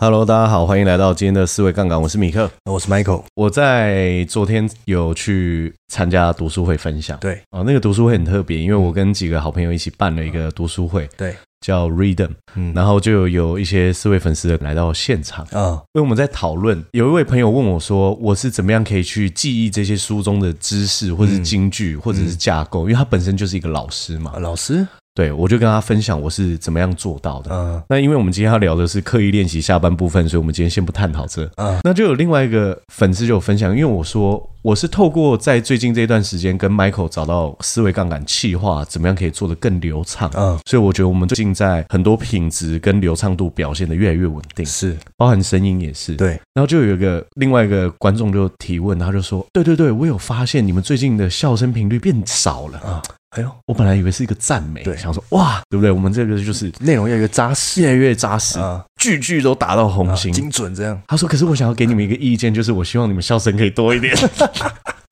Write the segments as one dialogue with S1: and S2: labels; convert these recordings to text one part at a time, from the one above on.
S1: Hello，大家好，欢迎来到今天的思维杠杆，我是米克。
S2: 我是 Michael，
S1: 我在昨天有去参加读书会分享，
S2: 对嗯
S1: 哦，那个读书会很特别，因为我跟几个好朋友一起办了一个读书会，
S2: 对，
S1: 叫 Readem，
S2: 嗯
S1: 然后就有一些思维粉丝来到现场，
S2: 啊，
S1: 因为我们在讨论，有一位朋友问我说，我是怎么样可以去记忆这些书中的知识，或者是
S2: 嗯
S1: 金句，或者是架构，因为他本身就是一个老师嘛，
S2: 老师，
S1: 对我就跟他分享我是怎么样做到的。
S2: 嗯
S1: 那因为我们今天要聊的是刻意练习下半部分，所以我们今天先不探讨这。
S2: 嗯
S1: 那就有另外一个粉丝就有分享，因为我说我是透过在最近这段时间跟 Michael 找到思维杠杆气化，怎么样可以做得更流畅。
S2: 嗯，
S1: 所以我觉得我们最近在很多品质跟流畅度表现得越来越稳定，
S2: 是
S1: 包含声音也是。
S2: 嗯对，
S1: 然后就有一个另外一个观众就提问，他就说：“对对对，我有发现你们最近的笑声频率变少了。”
S2: 啊，哎呦，
S1: 我本来以为是一个赞美，
S2: 对
S1: 想说哇，对不对？我们这个就是
S2: 内容要有一个扎实
S1: 越来越扎实，
S2: 啊，
S1: 句句都打到红
S2: 啊
S1: 心。
S2: 精准这样，
S1: 他说：“可是我想要给你们一个意见，就是我希望你们笑声可以多 一点。”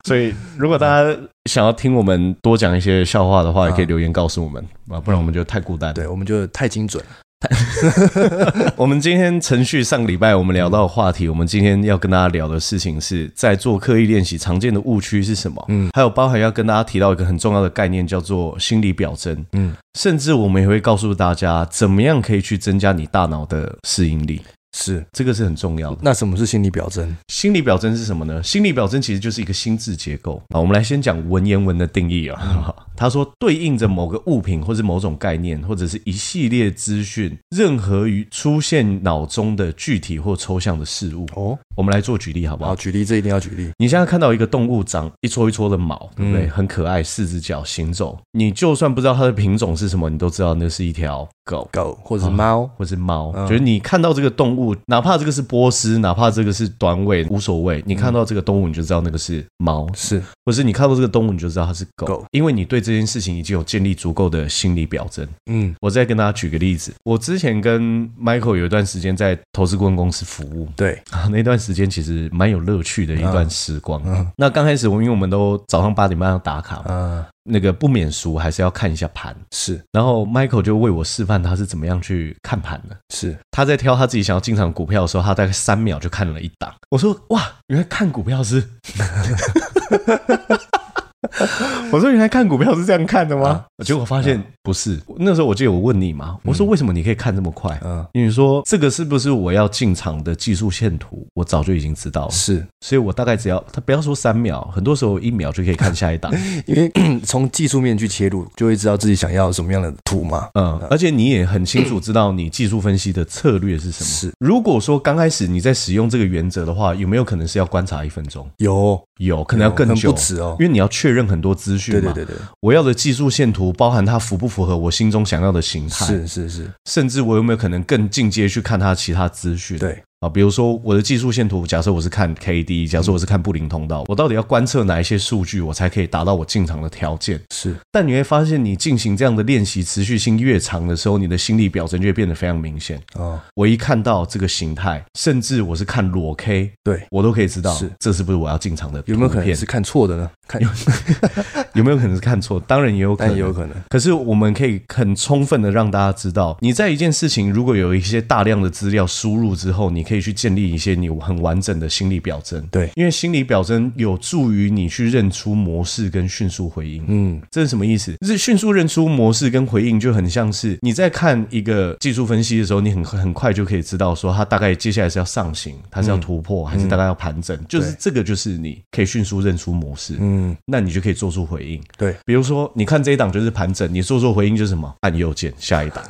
S1: 所以，如果大家想要听我们多讲一些笑话的话，也可以留言告诉我们啊，不然我们就太孤单。
S2: 啊嗯对，我们就太精准，
S1: 我们今天程序上个礼拜我们聊到的话题，我们今天要跟大家聊的事情是在做刻意练习常见的误区是什么？嗯
S2: 嗯，
S1: 还有包含要跟大家提到一个很重要的概念，叫做心理表征。嗯
S2: 嗯，
S1: 甚至我们也会告诉大家怎么样可以去增加你大脑的适应力，
S2: 是。
S1: 这个是很重要的。
S2: 那什么是心理表征？
S1: 心理表征是什么呢？心理表征其实就是一个心智结构啊。我们来先讲文言文的定义啊。 他说，对应着某个物品或是某种概念，或者是一系列资讯，任何于出现脑中的具体或抽象的事物。
S2: 哦，
S1: 我们来做举例好不
S2: 好，
S1: 好？
S2: 举例，这一定要举例。
S1: 你现在看到一个动物长一撮一撮的毛，对不对？很可爱，四只脚行走。你就算不知道它的品种是什么，你都知道那是一条狗。
S2: 狗或者是猫，
S1: 或是猫，
S2: 嗯
S1: 就是你看到这个动物，哪怕这个是波斯，哪怕这个是短尾，无所谓。你看到这个动物，你就知道那个是猫，
S2: 是
S1: 或是你看到这个动物，你就知道它是狗，
S2: 狗
S1: 因为你对这件事情已经有建立足够的心理表征。
S2: 嗯，
S1: 我再跟大家举个例子，我之前跟 Michael 有一段时间在投资顾问公司服务，
S2: 对，
S1: 啊，那段时间其实蛮有乐趣的一段时光。
S2: 嗯
S1: 那刚开始，我因为我们都早上八点半要打卡嘛，
S2: 啊，
S1: 那个不免俗还是要看一下盘。
S2: 是
S1: 然后 Michael 就为我示范他是怎么样去看盘的。
S2: 是，
S1: 他在挑他自己想要进场的股票的时候，他大概三秒就看了一档。我说：“哇，原来看股票是…… 我说原来看股票是这样看的吗？”啊嗯结果发现不是。那时候我记得我问你嘛，我说：“为什么你可以看这么快？”
S2: 嗯，
S1: 你说这个是不是我要进场的技术线图？我早就已经知道了，
S2: 是
S1: 所以我大概只要他不要说三秒，很多时候一秒就可以看下一档。
S2: 因为 从技术面去切入，就会知道自己想要什么样的图嘛。
S1: 嗯，而且你也很清楚知道你技术分析的策略是什么。
S2: 是，
S1: 如果说刚开始你在使用这个原则的话，有没有可能是要观察一分钟？
S2: 有，
S1: 有可能要更
S2: 很
S1: 久，
S2: 不止哦
S1: 因为你要确认很多资讯
S2: 对
S1: 嘛。
S2: 对对对，
S1: 我要的技术线图包含它符不符合我心中想要的形态，
S2: 是是是，
S1: 甚至我有没有可能更进阶去看它其他资讯？
S2: 对，
S1: 啊，比如说我的技术线图，假设我是看 KD，假设我是看布林通
S2: 嗯
S1: 道，我到底要观测哪一些数据，我才可以达到我进场的条件？
S2: 是
S1: 但你会发现，你进行这样的练习，持续性越长的时候，你的心理表征就会变得非常明显。
S2: 哦，
S1: 我一看到这个形态，甚至我是看裸 K，
S2: 对，
S1: 我都可以知道
S2: 是
S1: 这是不是我要进场的
S2: 有没有可
S1: 图片
S2: 能是看错的呢？看，
S1: 有没有可能是看错？当然也有可
S2: 但
S1: 能，
S2: 也有可能。
S1: 可是我们可以很充分的让大家知道，你在一件事情如果有一些大量的资料输入之后，你可以去建立一些你很完整的心理表征。
S2: 对
S1: 因为心理表征有助于你去认出模式跟迅速回应。
S2: 嗯，
S1: 这是什么意思？就是迅速认出模式跟回应，就很像是你在看一个技术分析的时候，你很很快就可以知道说它大概接下来是要上行，它是要突破，还是大概要盘整。就是这个，就是你可以迅速认出模式，嗯
S2: 嗯，
S1: 那你就可以做出回应。
S2: 对，
S1: 比如说，你看这一档就是盘整，你做出回应就是什么？按右键下一档，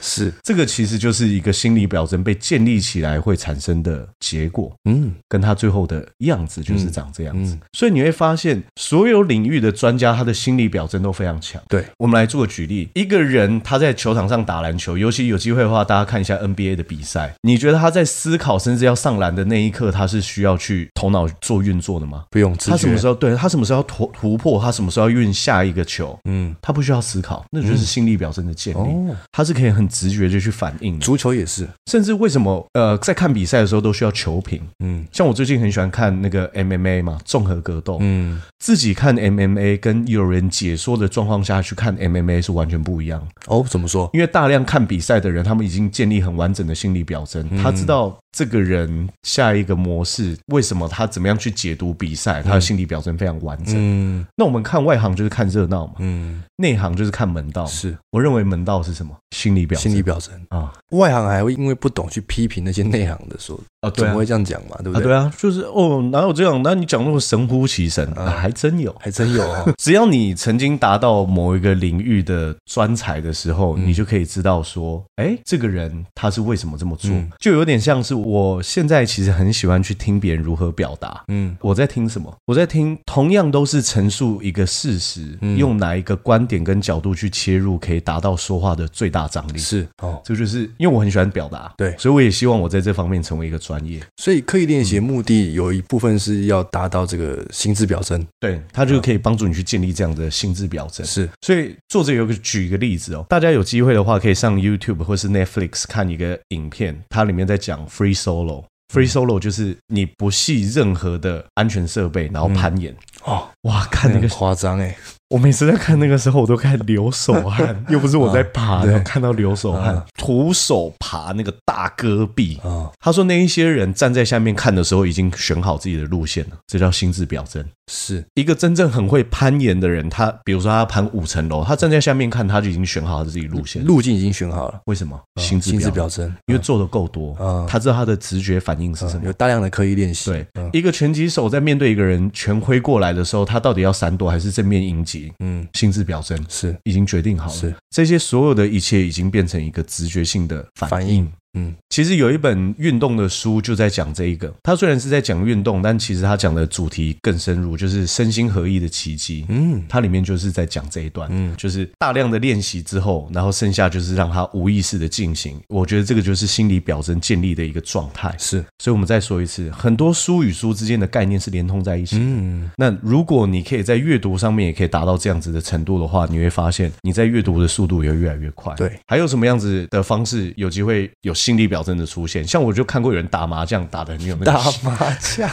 S2: 是，
S1: 这个其实就是一个心理表征被建立起来会产生的结果。
S2: 嗯，
S1: 跟他最后的样子就是长这样子。所以你会发现，所有领域的专家他的心理表征都非常强。
S2: 对
S1: 我们来做个举例，一个人他在球场上打篮球，尤其有机会的话，大家看一下 NBA 的比赛，你觉得他在思考甚至要上篮的那一刻，他是需要去头脑做运作的吗？
S2: 不用直
S1: 他什么
S2: 觉
S1: 时，候对他什么时候要突突破，他什么时候要运下一个球，
S2: 嗯，
S1: 他不需要思考，那就是心理表征的建立。
S2: 哦
S1: 他是可以很直觉就去反应的。
S2: 足球也是，
S1: 甚至为什么呃，在看比赛的时候都需要球评？
S2: 嗯
S1: 像我最近很喜欢看那个 MMA 嘛，综合格斗。
S2: 嗯，
S1: 自己看 MMA 跟有人解说的状况下去看 MMA 是完全不一样的。
S2: 哦，怎么说？
S1: 因为大量看比赛的人，他们已经建立很完整的心理表征，
S2: 嗯
S1: 他知道这个人下一个模式为什么他怎么样去解读比赛，他的心理表征非常完整。
S2: 嗯
S1: 那我们看外行就是看热闹嘛，
S2: 嗯，
S1: 内行就是看门道。
S2: 是
S1: 我认为门道是什么？心理表征
S2: 心理表征。
S1: 啊
S2: 外行还会因为不懂去批评那些内行的说，
S1: 啊，
S2: 怎
S1: 对啊
S2: 么会这样讲嘛？对不
S1: 啊
S2: 对？
S1: 对啊，就是哦，哪有这样？那你讲那么神乎其神啊，还真有。。
S2: 还真有哦
S1: 只要你曾经达到某一个领域的专才的时候，
S2: 嗯
S1: 你就可以知道说，哎，这个人他是为什么这么做，
S2: 嗯
S1: 就有点像是我现在其实很喜欢去听别人如何表达。
S2: 嗯
S1: 我在听什么？我在听同样都是陈述一个事实，
S2: 嗯
S1: 用哪一个观点跟角度去切入，可以达到说话的最大张力。
S2: 是哦，
S1: 这就是因为我很喜欢表达，
S2: 对
S1: 所以我也希望我在这方面成为一个专业。
S2: 所以刻意练习的目的有一部分是要达到这个心智表征，
S1: 对，它
S2: 啊
S1: 就可以帮助你去建立这样的心智表征。
S2: 是
S1: 所以作者有个举一个例子哦，大家有机会的话可以上 YouTube 或是 Netflix 看一个影片，它里面在讲 free solo。Free solo 就是你不系任何的安全设备，然后攀岩。
S2: 哦，
S1: 哇，看那
S2: 很
S1: 个，
S2: 夸张哎，
S1: 我每次在看那个时候，我都看流手汗，又不是我在爬，
S2: 啊
S1: 然后
S2: 对
S1: 看到流手汗
S2: 啊，
S1: 徒手爬那个大戈壁。
S2: 啊，
S1: 他说那一些人站在下面看的时候，已经选好自己的路线了，这叫心智表征。
S2: 是
S1: 一个真正很会攀岩的人，他比如说他攀五层楼，他站在下面看，他就已经选好他自己路线。
S2: 路径已经选好了，
S1: 为什么？
S2: 啊
S1: 心智
S2: 心智
S1: 表，啊
S2: 表征，
S1: 因为做的够多
S2: 嗯，
S1: 他知道他的直觉反应是什
S2: 嗯
S1: 么
S2: 有。大量的刻意练习，
S1: 对，一个拳击手在面对一个人全挥过来的时候，他到底要闪躲还是正面迎击？
S2: 嗯，
S1: 心智表征
S2: 是
S1: 已经决定好了
S2: 是，
S1: 这些所有的一切已经变成一个直觉性的反
S2: 反
S1: 应
S2: 应。，嗯
S1: 其实有一本运动的书就在讲这一个，他虽然是在讲运动，但其实他讲的主题更深入，就是身心合一的奇迹。
S2: 嗯
S1: 它里面就是在讲这一段，
S2: 嗯
S1: 就是大量的练习之后，然后剩下就是让它无意识的进行。我觉得这个就是心理表征建立的一个状态。
S2: 是
S1: 所以，我们再说一次，很多书与书之间的概念是连通在一起。
S2: 嗯
S1: 那如果你可以在阅读上面也可以达到这样子的程度的话，你会发现你在阅读的速度也会越来越快。
S2: 对，
S1: 还有什么样子的方式有机会有心理表征的出现？像我就看过有人打麻将打的很有 那个
S2: 打麻将，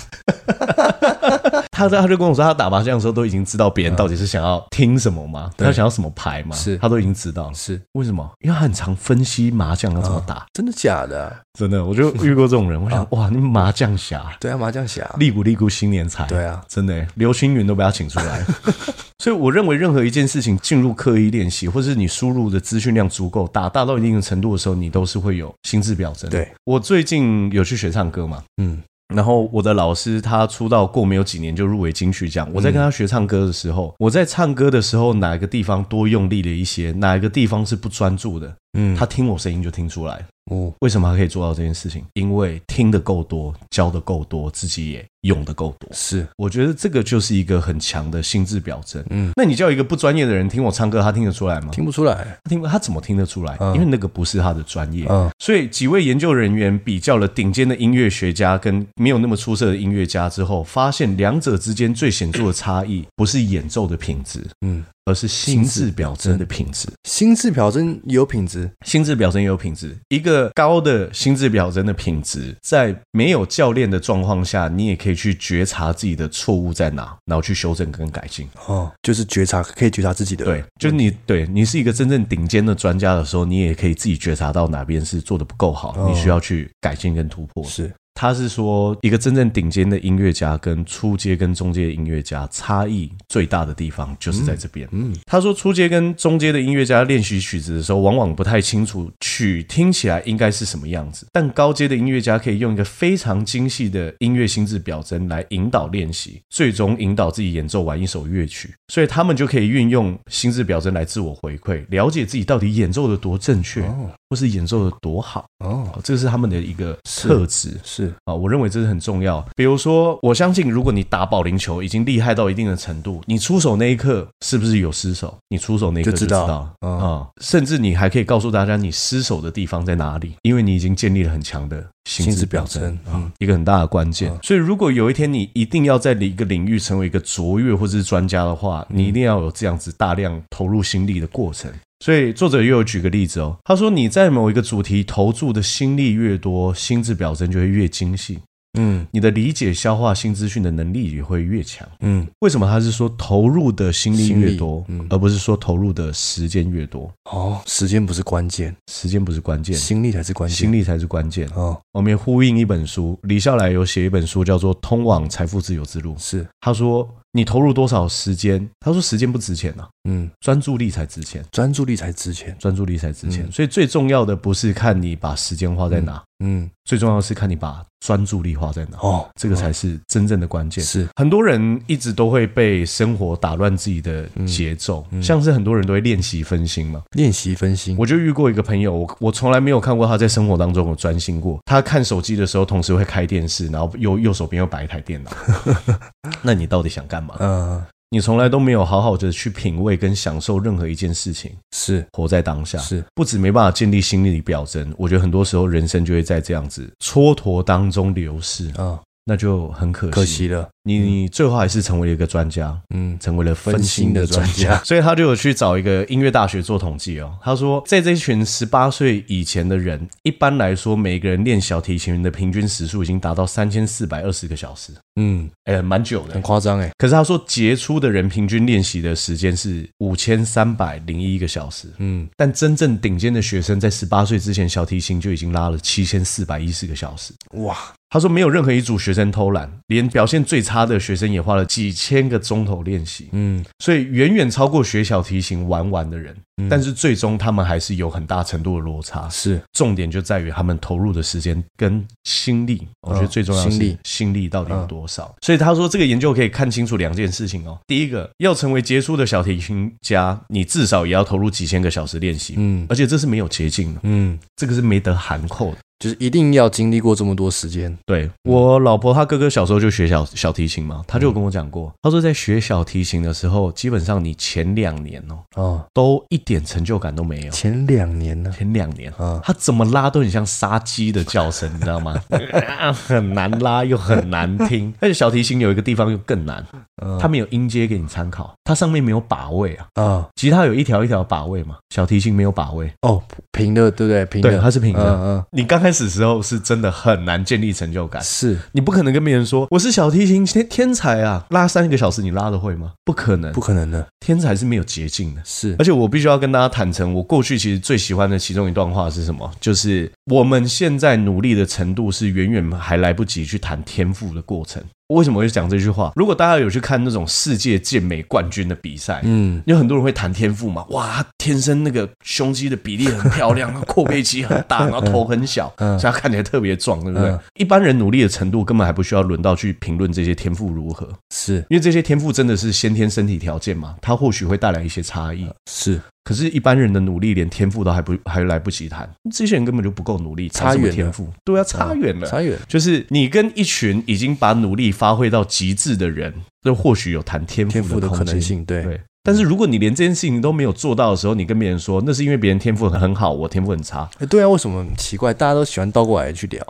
S1: 他他就跟我说，他打麻将的时候都已经知道别人到底是想要听什么嘛，
S2: 嗯对
S1: 他想要什么牌嘛，
S2: 是
S1: 他都已经知道了。
S2: 是啊
S1: 为什么？因为他很常分析麻将要怎么打，
S2: 真的假的啊？
S1: 真的，我就遇过这种人。我想，哇，你麻将侠，
S2: 对啊，麻将侠，
S1: 利古利古新年财，
S2: 对啊，
S1: 真的，刘青云都被他请出 来。所以我认为，任何一件事情进入刻意练习，或是你输入的资讯量足够大，大到一定的程度的时候，你都是会有心智表征。
S2: 对，
S1: 我最近有去学唱歌嘛，
S2: 嗯
S1: 然后我的老师他出道过没有几年就入围金曲奖。我在跟他学唱歌的时候，我在唱歌的时候哪一个地方多用力了一些，哪一个地方是不专注的，
S2: 嗯，
S1: 他听我声音就听出来。
S2: 哦
S1: 为什么他可以做到这件事情？因为听得够多，教的够多，自己也用的够多。
S2: 是
S1: 我觉得这个就是一个很强的心智表征。
S2: 嗯，
S1: 那你叫一个不专业的人听我唱歌，他听得出来吗？
S2: 听不出来，
S1: 他听他怎么听得出来？
S2: 嗯
S1: 因为那个不是他的专业。
S2: 嗯
S1: 所以几位研究人员比较了顶尖的音乐学家跟没有那么出色的音乐家之后，发现两者之间最显著的差异不是演奏的品质，
S2: 嗯，
S1: 而是心智表征的品质。
S2: 心智表征有品质，
S1: 心智表征也有品质，一个高的心智表征的品质，在没有教练的状况下，你也可以去觉察自己的错误在哪，然后去修正跟改进。
S2: 哦，就是觉察，可以觉察自己的。
S1: 对，就是你对你是一个真正顶尖的专家的时候，你也可以自己觉察到哪边是做的不够好，
S2: 哦
S1: 你需要去改进跟突破。
S2: 是
S1: 他是说，一个真正顶尖的音乐家跟初阶跟中阶的音乐家差异最大的地方就是在这边。
S2: 嗯
S1: 他说，初阶跟中阶的音乐家练习曲子的时候，往往不太清楚曲听起来应该是什么样子，但高阶的音乐家可以用一个非常精细的音乐心智表征来引导练习，最终引导自己演奏完一首乐曲。所以他们就可以运用心智表征来自我回馈，了解自己到底演奏的多正确，
S2: 哦
S1: 或是演奏的多好。
S2: 哦
S1: 哦这是他们的一个
S2: 是
S1: 特质。
S2: 是
S1: 啊，我认为这是很重要。比如说，我相信如果你打保龄球已经厉害到一定的程度，你出手那一刻是不是有失手？你出手那一刻
S2: 就
S1: 知
S2: 知
S1: 道
S2: 道
S1: 了啊、
S2: 嗯
S1: 甚至你还可以告诉大家你失手的地方在哪里，因为你已经建立了很强的心
S2: 心
S1: 智
S2: 智
S1: 表嗯
S2: 表
S1: 征。
S2: 征，嗯
S1: 一个很大的关键，所以如果有一天你一定要在一个领域成为一个卓越或者是专家的话，你一定要有这样子大量投入心力的过程。所以作者也有举个例子哦，他说你在某一个主题投注的心力越多，心智表征就会越精细，
S2: 嗯
S1: 你的理解、消化新资讯的能力也会越强。
S2: 嗯，
S1: 为什么他是说投入的心力越多，
S2: 心力嗯
S1: 而不是说投入的时间越多？
S2: 哦，时间不是关键，
S1: 时间不是关键，
S2: 心力才是关键。
S1: 心力才是关键。
S2: 哦，
S1: 我们也呼应一本书，李笑来有写一本书叫做《通往财富自由之路》，
S2: 是，
S1: 他说你投入多少时间，他说时间不值钱啊，
S2: 嗯，
S1: 专注力才值钱。
S2: 专注力才值钱。
S1: 专注力才值钱。所以最重要的不是看你把时间花在哪，
S2: 嗯，
S1: 最重要的是看你把专注力花在哪。
S2: 哦，
S1: 这个才是真正的关键。
S2: 是，
S1: 很多人一直都会被生活打乱自己的节奏，像是很多人都会练习分心嘛。
S2: 练习分心。
S1: 我就遇过一个朋友，我我从来没有看过他在生活当中有专心过。他看手机的时候，同时会开电视，然后右右手边又摆一台电脑。 那你到底想干嘛？
S2: 呃，
S1: 你从来都没有好好的去品味跟享受任何一件事情，
S2: 是
S1: 活在当下。
S2: 是，
S1: 不止没办法建立心理表征，我觉得很多时候人生就会在这样子蹉跎当中流逝，
S2: 啊，
S1: 那就很可惜。
S2: 可惜了。
S1: 你你最后还是成为了一个专家，
S2: 嗯，
S1: 成为了分心的专
S2: 分心的专
S1: 家。 所以他就有去找一个音乐大学做统计哦。他说，在这群十八岁以前的人，一般来说，每个人练小提琴的平均时数已经达到三千四百二十个小时，
S2: 嗯，
S1: 哎，蛮久的
S2: 很。夸张哎。
S1: 可是他说，杰出的人平均练习的时间是五千三百零一个小时。
S2: 嗯，
S1: 但真正顶尖的学生在十八岁之前，小提琴就已经拉了七千四百一十个小时。
S2: 哇，
S1: 他说，没有任何一组学生偷懒，连表现最差的学生也花了几千个钟头练习，
S2: 嗯，
S1: 所以远远超过学小提琴玩玩的人。但是最终他们还是有很大程度的落差。
S2: 是，
S1: 重点就在于他们投入的时间跟心力，我觉得最重要的是
S2: 哦心力嗯
S1: 心力到底有多少。所以他说，这个研究可以看清楚两件事情哦。第一个，要成为杰出的小提琴家，你至少也要投入几千个小时练习，
S2: 嗯
S1: 而且这是没有捷径的，
S2: 嗯，
S1: 这个是没得含扣的。
S2: 就是一定要经历过这么多时间。
S1: 对我老婆，她哥哥小时候就学小小提琴嘛，她
S2: 嗯
S1: 就有跟我讲过，她说在学小提琴的时候，基本上你前两年哦，
S2: 哦，
S1: 都一点成就感都没有。
S2: 前两年呢，
S1: 前两年
S2: 嗯，
S1: 他怎么拉都很像杀鸡的叫声，你知道吗？ 很难拉又很难听，而且小提琴有一个地方又更难，它没有音阶给你参考，它上面没有把位啊。
S2: 啊，
S1: 吉他有一条一条把位嘛，小提琴没有把位，
S2: 哦，平的，对不对？平
S1: 对，
S2: 的，
S1: 它是平的。
S2: 嗯嗯，
S1: 你刚开始时候是真的很难建立成就感，
S2: 是
S1: 你不可能跟别人说我是小提琴天天才啊，拉三个小时你拉得会吗？不可能
S2: 不，可能的，
S1: 天才是没有捷径的。
S2: 是
S1: 而且我必须要跟大家坦诚，我过去其实最喜欢的其中一段话是什么？就是我们现在努力的程度是远远还来不及去谈天赋的过程。为什么会讲这句话？如果大家有去看那种世界健美冠军的比赛，
S2: 嗯，
S1: 有很多人会谈天赋嘛，哇，他天生那个胸肌的比例很漂亮，然后阔背肌很大，然后头很小，所以他看起来特别壮，对不对
S2: 嗯？
S1: 一般人努力的程度根本还不需要轮到去评论这些天赋如何，
S2: 是
S1: 因为这些天赋真的是先天身体条件嘛，它或许会带来一些差异。
S2: 是，
S1: 可是，一般人的努力连天赋都还不还来不及谈，这些人根本就不够努力，
S2: 差
S1: 谈什么
S2: 远了
S1: 天赋，对啊，差远了。
S2: 差远，
S1: 就是你跟一群已经把努力发挥到极致的人，这或许有谈天
S2: 天
S1: 赋
S2: 赋的
S1: 空
S2: 可能
S1: 间。
S2: 性，对，
S1: 对，但是如果你连这件事情都没有做到的时候，你跟别人说那是因为别人天赋很好，我天赋很 差，
S2: 哎，对啊，为什么很奇怪？大家都喜欢倒过来去聊，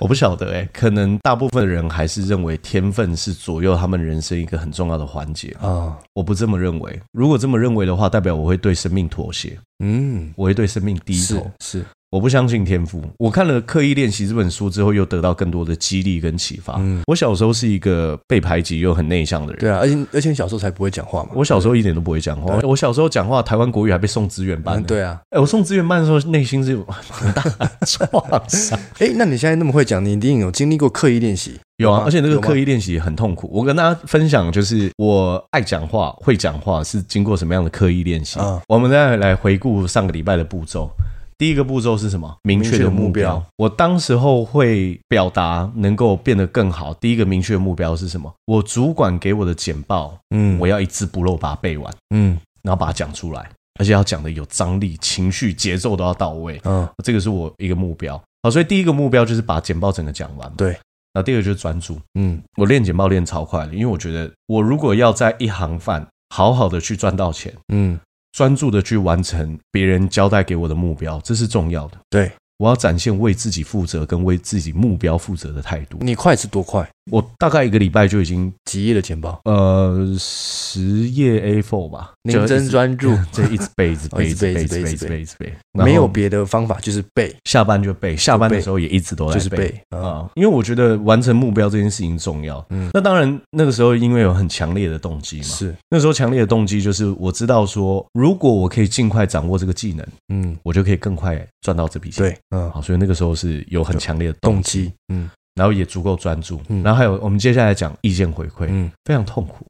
S1: 我不晓得哎、可能大部分人还是认为天分是左右他们人生一个很重要的环节。
S2: 啊，
S1: 我不这么认为，如果这么认为的话，代表我会对生命妥协，
S2: 嗯，
S1: 我会对生命低头
S2: 是。是，
S1: 我不相信天赋。我看了《刻意练习》这本书之后，又得到更多的激励跟启发。
S2: 嗯
S1: 我小时候是一个被排挤又很内向的人。
S2: 对啊，而且而且你小时候才不会讲话嘛，嗯
S1: 我小时候一点都不会讲话，我小时候讲话台湾国语还被送资源班、
S2: 嗯，。对啊，
S1: 哎、我送资源班的时候，内心是有 很大的创伤。
S2: 哎，那你现在那么会讲，你一定有经历过刻意练习，
S1: 有啊，
S2: 吗
S1: 而且那个
S2: 有吗
S1: 刻意练习很痛苦。我跟大家分享，就是我爱讲话、会讲话是经过什么样的刻意练习。
S2: 嗯
S1: 我们再来回顾上个礼拜的步骤。第一个步骤是什么？明确
S2: 明确
S1: 的
S2: 的
S1: 目
S2: 目
S1: 标
S2: 标。
S1: 我当时候会表达能够变得更好。第一个明确的目标是什么？我主管给我的简报，
S2: 嗯
S1: 我要一字不漏把它背完，
S2: 嗯
S1: 然后把它讲出来，而且要讲的有张力、情绪、节奏都要到位。
S2: 嗯，
S1: 这个是我一个目标。好，所以第一个目标就是把简报整个讲完。
S2: 对
S1: 然后第二个就是专注。
S2: 嗯
S1: 我练简报练超快的，因为我觉得我如果要在一行饭好好的去赚到钱，
S2: 嗯，
S1: 专注的去完成别人交代给我的目标，这是重要的。
S2: 对
S1: 我要展现为自己负责跟为自己目标负责的态度。
S2: 你快是多快？
S1: 我大概一个礼拜就已经
S2: 几页的钱包，
S1: 呃十页 A4 吧，
S2: 您
S1: 就一
S2: 真
S1: 直
S2: 专注，
S1: 这一直背，一直
S2: 哦
S1: 背，
S2: 一
S1: 一
S2: 直背
S1: 直背，一
S2: 一
S1: 直
S2: 直
S1: 背，
S2: 背
S1: 一直背，一直背， 然后
S2: 没有别的方法，就是背，
S1: 下班就背，下班的时候也一直都在
S2: 就是背啊。
S1: 啊，因为我觉得完成目标这件事情重要。嗯
S2: 嗯，
S1: 那当然那个时候因为有很强烈的动机嘛，
S2: 是，
S1: 那时候强烈的动机就是我知道说，如果我可以尽快掌握这个技能，
S2: 嗯，
S1: 我就可以更快赚到这笔钱。，
S2: 对，嗯，
S1: 好，所以那个时候是有很强烈的动
S2: 动
S1: 机，
S2: 机，嗯
S1: 然后也足够专注。
S2: 嗯
S1: 然后还有我们接下来讲意见回馈，
S2: 嗯，
S1: 非常痛苦。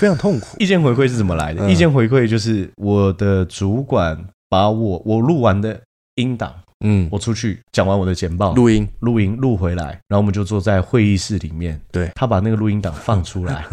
S2: 非常痛苦，
S1: 意见回馈是怎么来的？
S2: 嗯
S1: 意见回馈就是我的主管把我我录完的音档，
S2: 嗯，
S1: 我出去讲完我的简报，
S2: 录音，
S1: 录音录回来，然后我们就坐在会议室里面，
S2: 对
S1: 他把那个录音档放出 来，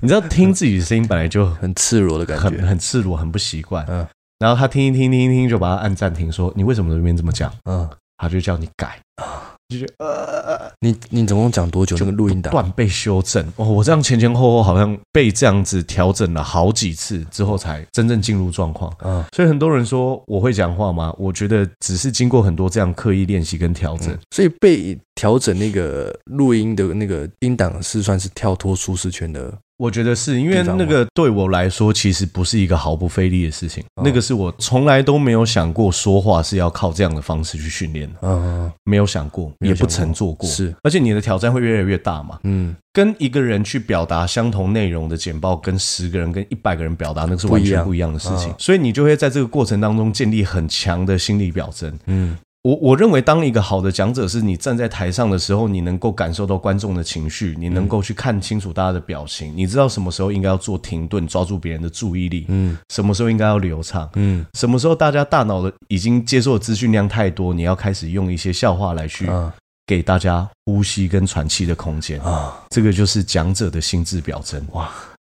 S1: 你知道听自己的声音本来就
S2: 很赤裸的感
S1: 很
S2: 觉，
S1: 很赤裸，很不习惯，
S2: 嗯
S1: 然后他听一听听一听就把它按暂停说，你为什么这边这么讲？
S2: 嗯，
S1: 他就叫你改，
S2: 啊
S1: 就觉得呃
S2: 你你总共讲多久那个录音档？
S1: 断被修正哦，我这样前前后后好像被这样子调整了好几次之后才真正进入状况。
S2: 嗯
S1: 所以很多人说我会讲话吗？我觉得只是经过很多这样刻意练习跟调整，
S2: 嗯，所以被调整那个录音的那个音档是算是跳脱舒适圈的，
S1: 我觉得是因为
S2: 地方吗
S1: 那个对我来说，其实不是一个毫不费力的事情。
S2: 哦
S1: 那个是我从来都没有想过说话是要靠这样的方式去训练的，
S2: 嗯
S1: 没有想过，
S2: 没
S1: 也
S2: 有
S1: 不
S2: 想过
S1: 曾做过。
S2: 是，
S1: 而且你的挑战会越来越大嘛。
S2: 嗯，
S1: 跟一个人去表达相同内容的简报，跟十个人、跟一百个人表达，那个是
S2: 不
S1: 完
S2: 一
S1: 全
S2: 样
S1: 不一样的事情。
S2: 嗯
S1: 所以你就会在这个过程当中建立很强的心理表征。
S2: 嗯
S1: 我我认为，当一个好的讲者，是你站在台上的时候，你能够感受到观众的情绪，你能够去看清楚大家的表情，你知道什么时候应该要做停顿，抓住别人的注意力，
S2: 嗯
S1: 什么时候应该要流畅，
S2: 嗯
S1: 什么时候大家大脑的已经接受的资讯量太多，你要开始用一些笑话来去
S2: 啊
S1: 给大家呼吸跟喘气的空间。
S2: 啊，
S1: 这个就是讲者的心智表征。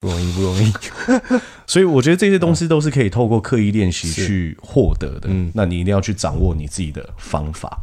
S2: 不容易不容易，
S1: 所以我觉得这些东西都是可以透过刻意练习去获得的。
S2: 嗯
S1: 那你一定要去掌握你自己的方法。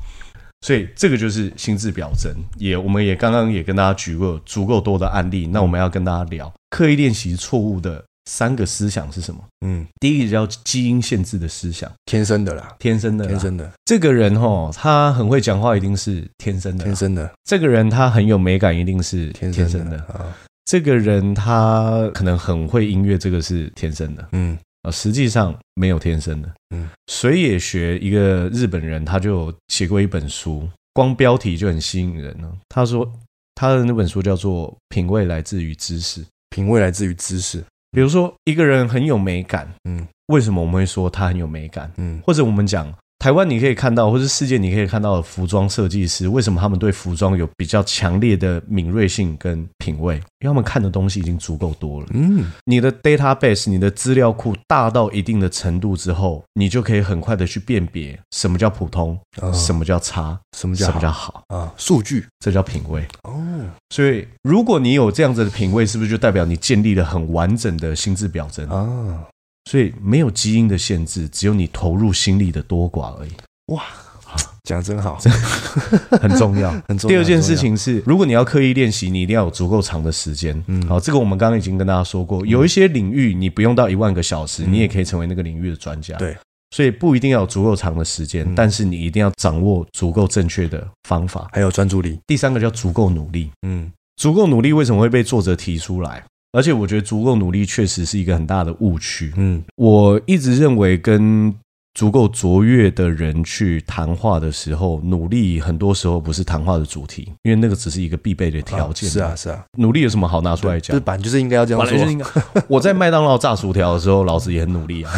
S1: 所以这个就是心智表征，也我们也刚刚也跟大家举过足够多的案例。那我们要跟大家聊刻意练习错误的三个思想是什么？
S2: 嗯，
S1: 第一个叫基因限制的思想，
S2: 天生的啦，
S1: 天生的啦。
S2: 天生的，
S1: 这个人哦，他很会讲话，一定是天生的啦
S2: 天。生的，
S1: 这个人他很有美感，一定是
S2: 天
S1: 天生
S2: 生
S1: 的。
S2: 啊，
S1: 这个人他可能很会音乐，这个是天生的。
S2: 嗯
S1: 啊，实际上没有天生的。嗯
S2: 嗯，
S1: 水野学一个日本人，他就写过一本书，光标题就很吸引人了。他说他的那本书叫做《品味来自于知识》。
S2: 品味来自于知识，
S1: 比如说，一个人很有美感，嗯
S2: 嗯，
S1: 为什么我们会说他很有美感？
S2: 嗯
S1: 或者我们讲台湾，你可以看到，或是世界你可以看到的服装设计师，为什么他们对服装有比较强烈的敏锐性跟品味？因为他们看的东西已经足够多了。
S2: 嗯
S1: 你的 database、你的资料库大到一定的程度之后，你就可以很快的去辨别什么叫普通，
S2: 啊，
S1: 什么叫差，
S2: 什么
S1: 什
S2: 叫
S1: 么叫好，
S2: 啊？数据
S1: 这叫品味。
S2: 哦，
S1: 所以，如果你有这样子的品味，是不是就代表你建立了很完整的心智表征？
S2: 啊，
S1: 所以，没有基因的限制，只有你投入心力的多寡而已，
S2: 讲得真好，
S1: 很重要。
S2: 嗯很重要。
S1: 第二件事
S2: 很
S1: 情是，如果你要刻意练习，你一定要有足够长的时间。嗯，
S2: 嗯
S1: 好，这个我们刚刚已经跟大家说过，有一些领域你不用到一万个小时，你也可以成为那个领域的专家。
S2: 嗯对，嗯
S1: 所以不一定要有足够长的时间，但是你一定要掌握足够正确的方法
S2: 重要，。 还有专注力，
S1: 第三个叫足够努力，
S2: 嗯
S1: 足够努力为什么会被作者提出来？而且我觉得足够努力确实是一个很大的误区。
S2: 嗯
S1: 我一直认为跟足够卓越的人去谈话的时候，努力很多时候不是谈话的主题，因为那个只是一个必备的条件、
S2: 啊是啊，是啊，
S1: 努力有什么好拿出来
S2: 就是
S1: 讲？
S2: 板就是应该要这样
S1: 本来就是
S2: 说。
S1: 应该。 我在麦当劳炸薯条的时候，老子也很努力啊。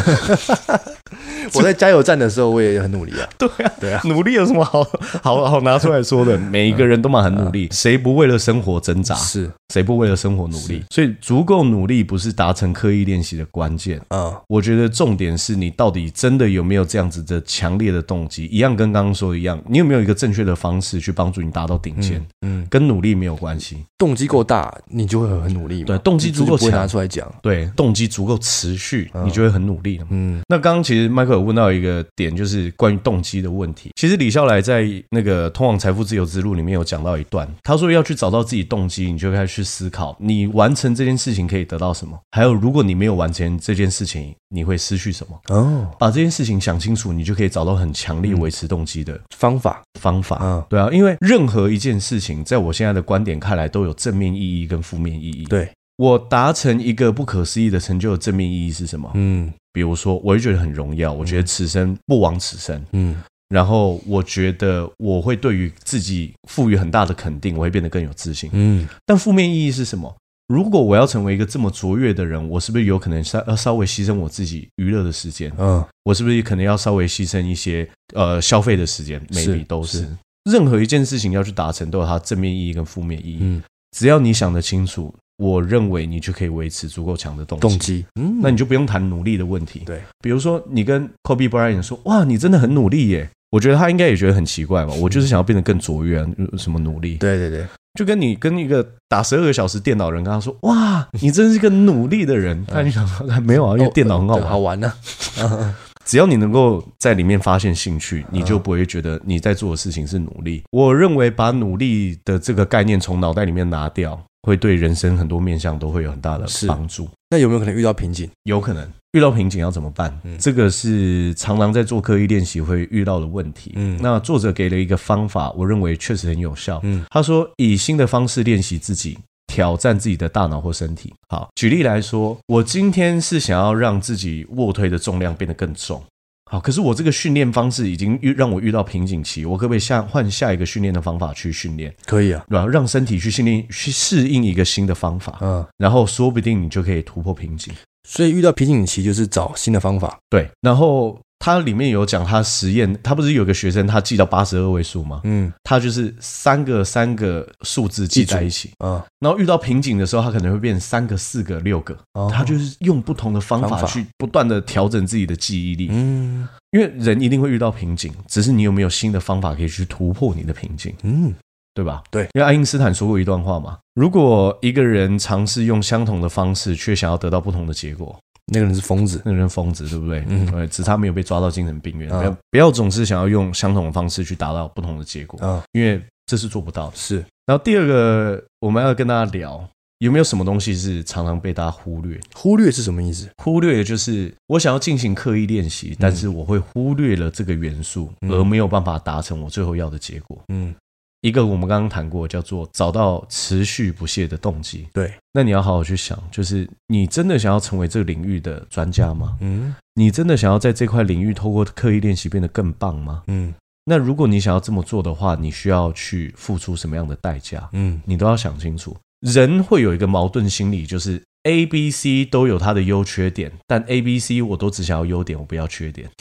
S2: 我在加油站的时候，我也很努力 啊。
S1: 对啊，
S2: 对啊，
S1: 努力有什么好好好拿出来说的？每一个人都蛮很努力，谁不为了生活挣扎？
S2: 啊是
S1: 谁不为了生活努力？所以足够努力不是达成刻意练习的关键。
S2: 啊，
S1: 我觉得重点是你到底真的有没有这样子的强烈的动机，一样跟刚刚说的一样，你有没有一个正确的方式去帮助你达到顶尖，
S2: 嗯，
S1: 跟努力没有关系。
S2: 动机够大，你就会很努力嘛。
S1: 对动机
S2: 你就
S1: 足够
S2: 不会
S1: 强
S2: 拿出来讲。
S1: 对，动机足够持续，你就会很努力了。
S2: 嗯
S1: 那刚刚其实 Michael 有有问到一个点，就是关于动机的问题。其实李笑来在那个《通往财富自由之路》里面有讲到一段，他说要去找到自己动机，你就开始去思考，你完成这件事情可以得到什么，还有如果你没有完成这件事情，你会失去什么。
S2: 哦，
S1: 把这件事情想清楚，你就可以找到很强力维持动机的
S2: 方法
S1: 方法。
S2: 嗯
S1: 对啊，因为任何一件事情，在我现在的观点看来，都有正面意义跟负面意义。，
S2: 对，
S1: 我达成一个不可思议的成就的正面意义是什么？
S2: 嗯
S1: 比如说，我就觉得很荣耀，我觉得此生不枉此生。
S2: 嗯
S1: 然后我觉得我会对于自己赋予很大的肯定，我会变得更有自信。
S2: 嗯
S1: 但负面意义是什么？如果我要成为一个这么卓越的人，我是不是有可能稍要呃稍微牺牲我自己娱乐的时间？
S2: 嗯，
S1: 我是不是可能要稍微牺牲一些呃消费的时间
S2: 是
S1: ？maybe 都是
S2: 是
S1: 任何一件事情要去达成，都有它正面意义跟负面意义。
S2: 嗯
S1: 只要你想得清楚，我认为你就可以维持足够强的动机。
S2: 动机，嗯
S1: 那你就不用谈努力的问题。
S2: 对，
S1: 比如说你跟 Kobe Bryant 说：“哇，你真的很努力耶。”我觉得他应该也觉得很奇怪嘛。我就是想要变得更卓越、啊，有什么努力？
S2: 对对对，
S1: 就跟你跟一个打十二个小时电脑人跟他说：“哇，你真是个努力的 人。”他就想说：“没有啊，因为
S2: 哎哦
S1: 电脑很好
S2: 对
S1: 玩。
S2: 好玩呢，啊
S1: 只要你能够在里面发现兴趣，你就不会觉得你在做的事情是努力。我认为把努力的这个概念从脑袋里面拿掉，会对人生很多面向都会有很大的
S2: 是
S1: 帮助。
S2: 那有没有可能遇到瓶颈？
S1: 有可能遇到瓶颈要怎么办？
S2: 嗯
S1: 这个是常常在做刻意练习会遇到的问题。
S2: 嗯
S1: 那作者给了一个方法，我认为确实很有效。
S2: 嗯
S1: 他说，以新的方式练习自己。挑战自己的大脑或身体。好，举例来说，我今天是想要让自己卧推的重量变得更重。好，可是我这个训练方式已经遇让我遇到瓶颈期，我可不可以下换下一个训练的方法去训练，
S2: 可以啊，
S1: 然后让身体去训练去适应一个新的方法，
S2: 嗯，
S1: 然后说不定你就可以突破瓶颈。
S2: 所以遇到瓶颈期就是找新的方法，
S1: 对，然后它里面有讲他实验，他不是有个学生他记到八十二位数吗？
S2: 嗯
S1: 他就是三个三个数字记在一起，
S2: 啊，
S1: 然后遇到瓶颈的时候，他可能会变三个、四个、六个。
S2: 哦
S1: 他就是用不同的方
S2: 方
S1: 法
S2: 法
S1: 去不断的调整自己的记忆力，
S2: 嗯
S1: 因为人一定会遇到瓶颈，只是你有没有新的方法可以去突破你的瓶颈。
S2: 嗯
S1: 对吧？
S2: 对，
S1: 因为爱因斯坦说过一段话嘛，如果一个人尝试用相同的方式，却想要得到不同的结果，
S2: 那个人是疯子，
S1: 那个人疯子，对不对？
S2: 嗯
S1: 嗯，只差没有被抓到精神病院。
S2: 啊
S1: 不要不要总是想要用相同的方式去达到不同的结果，
S2: 啊，
S1: 因为这是做不到的。
S2: 是
S1: 然后第二个，我们要跟大家聊，有没有什么东西是常常被大家忽略？
S2: 忽略是什么意思？
S1: 忽略的就是我想要进行刻意练习，但
S2: 嗯
S1: 是我会忽略了这个元素，而没有办法达成我最后要的结果。
S2: 嗯，
S1: 一个我们刚刚谈过，叫做找到持续不懈的动机。
S2: 对，
S1: 那你要好好去想，就是你真的想要成为这个领域的专家吗？
S2: 嗯
S1: 你真的想要在这块领域透过刻意练习变得更棒吗？
S2: 嗯
S1: 那如果你想要这么做的话，你需要去付出什么样的代价？
S2: 嗯，
S1: 你都要想清楚。人会有一个矛盾心理，就是 A、B、C 都有它的优缺点，但 A、B、C 我都只想要优点，我不要缺点。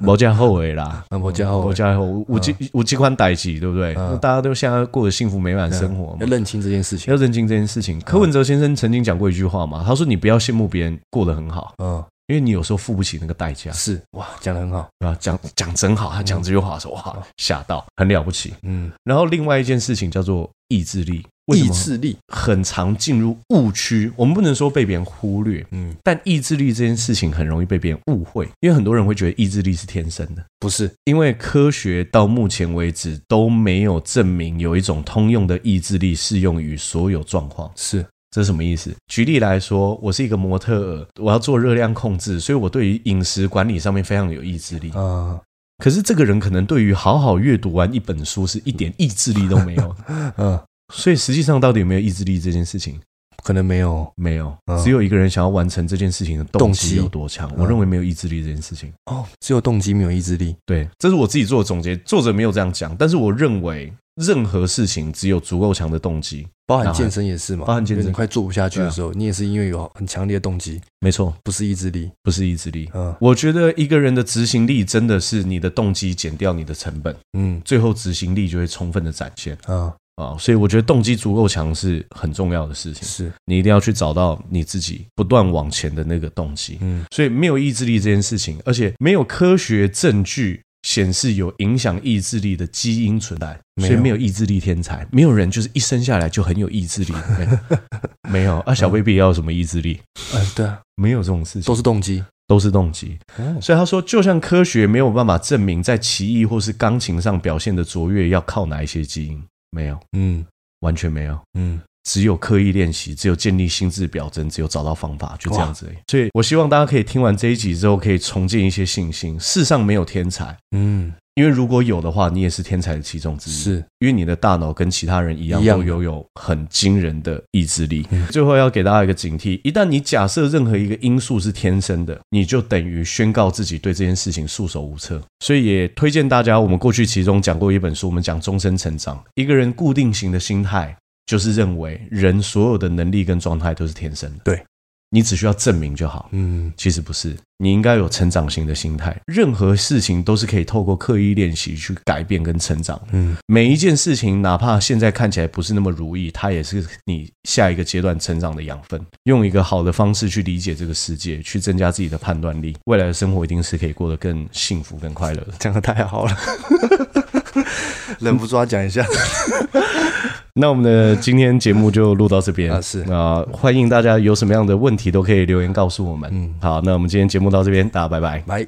S1: 毛家后尾啦，
S2: 啊无遮后
S1: 毛
S2: 悔
S1: 家后尾，嗯我这我这款代志，对不对？
S2: 嗯
S1: 大家都现在过得幸福美满生活嘛
S2: 要。认清这件事情
S1: 要。认清这件事情。柯文哲先生曾经讲过一句话嘛，他说：“你不要羡慕别人过得很好，
S2: 嗯，
S1: 因为你有时候付不起那个代价。”
S2: 是哇，讲的很好。嗯
S1: 啊，讲讲真好，他讲这句话的时候，哇，吓到，很了不起。
S2: 嗯，
S1: 然后另外一件事情叫做意志力，为什
S2: 意
S1: 么
S2: 志力。
S1: 很常进入误区？我们不能说被别人忽略，
S2: 嗯，
S1: 但意志力这件事情很容易被别人误会，因为很多人会觉得意志力是天生的。
S2: 不是。
S1: 因为科学到目前为止都没有证明有一种通用的意志力适用于所有状况，
S2: 是，
S1: 这是什么意思？举例来说，我是一个模特儿，我要做热量控制，所以我对于饮食管理上面非常有意志力。
S2: 嗯
S1: 可是这个人可能对于好好阅读完一本书是一点意志力都没有，
S2: 嗯，
S1: 所以实际上到底有没有意志力这件事情，
S2: 可能没有
S1: 没有
S2: 嗯，
S1: 只有一个人想要完成这件事情的动
S2: 动
S1: 机
S2: 机
S1: 有多强。我
S2: 嗯
S1: 认为没有意志力这件事情，
S2: 哦，只有动机没有意志力。
S1: 对，这是我自己做的总结。作者没有这样讲，但是我认为任何事情只有足够强的动机，
S2: 包含
S1: 然后
S2: 健身也是嘛，
S1: 包含健
S2: 就是
S1: 身
S2: 你快做不下去
S1: 对
S2: 的
S1: 啊
S2: 时候，你也是因为有很强烈的动机，
S1: 没错，
S2: 不是意志力。
S1: 不是意志力。
S2: 嗯
S1: 我觉得一个人的执行力真的是你的动机减掉你的成本，
S2: 嗯
S1: 最后执行力就会充分的展现
S2: 啊，
S1: 啊。所以我觉得动机足够强是很重要的事情。
S2: 是，
S1: 你一定要去找到你自己不断往前的那个动机。
S2: 嗯
S1: 所以没有意志力这件事情，而且没有科学证据显示有影响意志力的基因存在，
S2: 没有
S1: 所以没有意志力天才，没有人就是一生下来就很有意志 力，没有没有啊，小 baby 要有什么意志力？
S2: 呃，对啊，
S1: 没有这种事情
S2: 都。是动机。
S1: 都是动机。
S2: 哦
S1: 所以他说，就像科学没有办法证明在棋艺或是钢琴上表现的卓越要靠哪一些基因，没有，
S2: 嗯
S1: 完全没有。
S2: 嗯，
S1: 只有刻意练习，只有建立心智表征，只有找到方法，就这样子而已。所以我希望大家可以听完这一集之后，可以重建一些信心。世上没有天才，
S2: 嗯，
S1: 因为如果有的话，你也是天才的其中之一。
S2: 是
S1: 因为你的大脑跟其他人一样，
S2: 一样嗯
S1: 都
S2: 的
S1: 拥有很惊人的意志力。最后要给大家一个警惕：一旦你假设任何一个因素是天生的，你就等于宣告自己对这件事情束手无策。所以也推荐大家，我们过去其中讲过一本书，我们讲终身成长。一个人固定型的心态就是认为人所有的能力跟状态都是天生的，
S2: 对
S1: 你只需要证明就好。
S2: 嗯
S1: 其实不是，你应该有成长型的心态，任何事情都是可以透过刻意练习去改变跟成长的。
S2: 嗯
S1: 每一件事情，哪怕现在看起来不是那么如意，它也是你下一个阶段成长的养分。用一个好的方式去理解这个世界，去增加自己的判断力，未来的生活一定是可以过得更幸福、更快乐的。
S2: 讲的太好 了，忍不住要讲一下。
S1: 那我们的今天节目就录到这边
S2: 啊是
S1: 那欢迎大家有什么样的问题都可以留言告诉我们。
S2: 嗯
S1: 好，那我们今天节目到这边，大家拜拜。
S2: 来。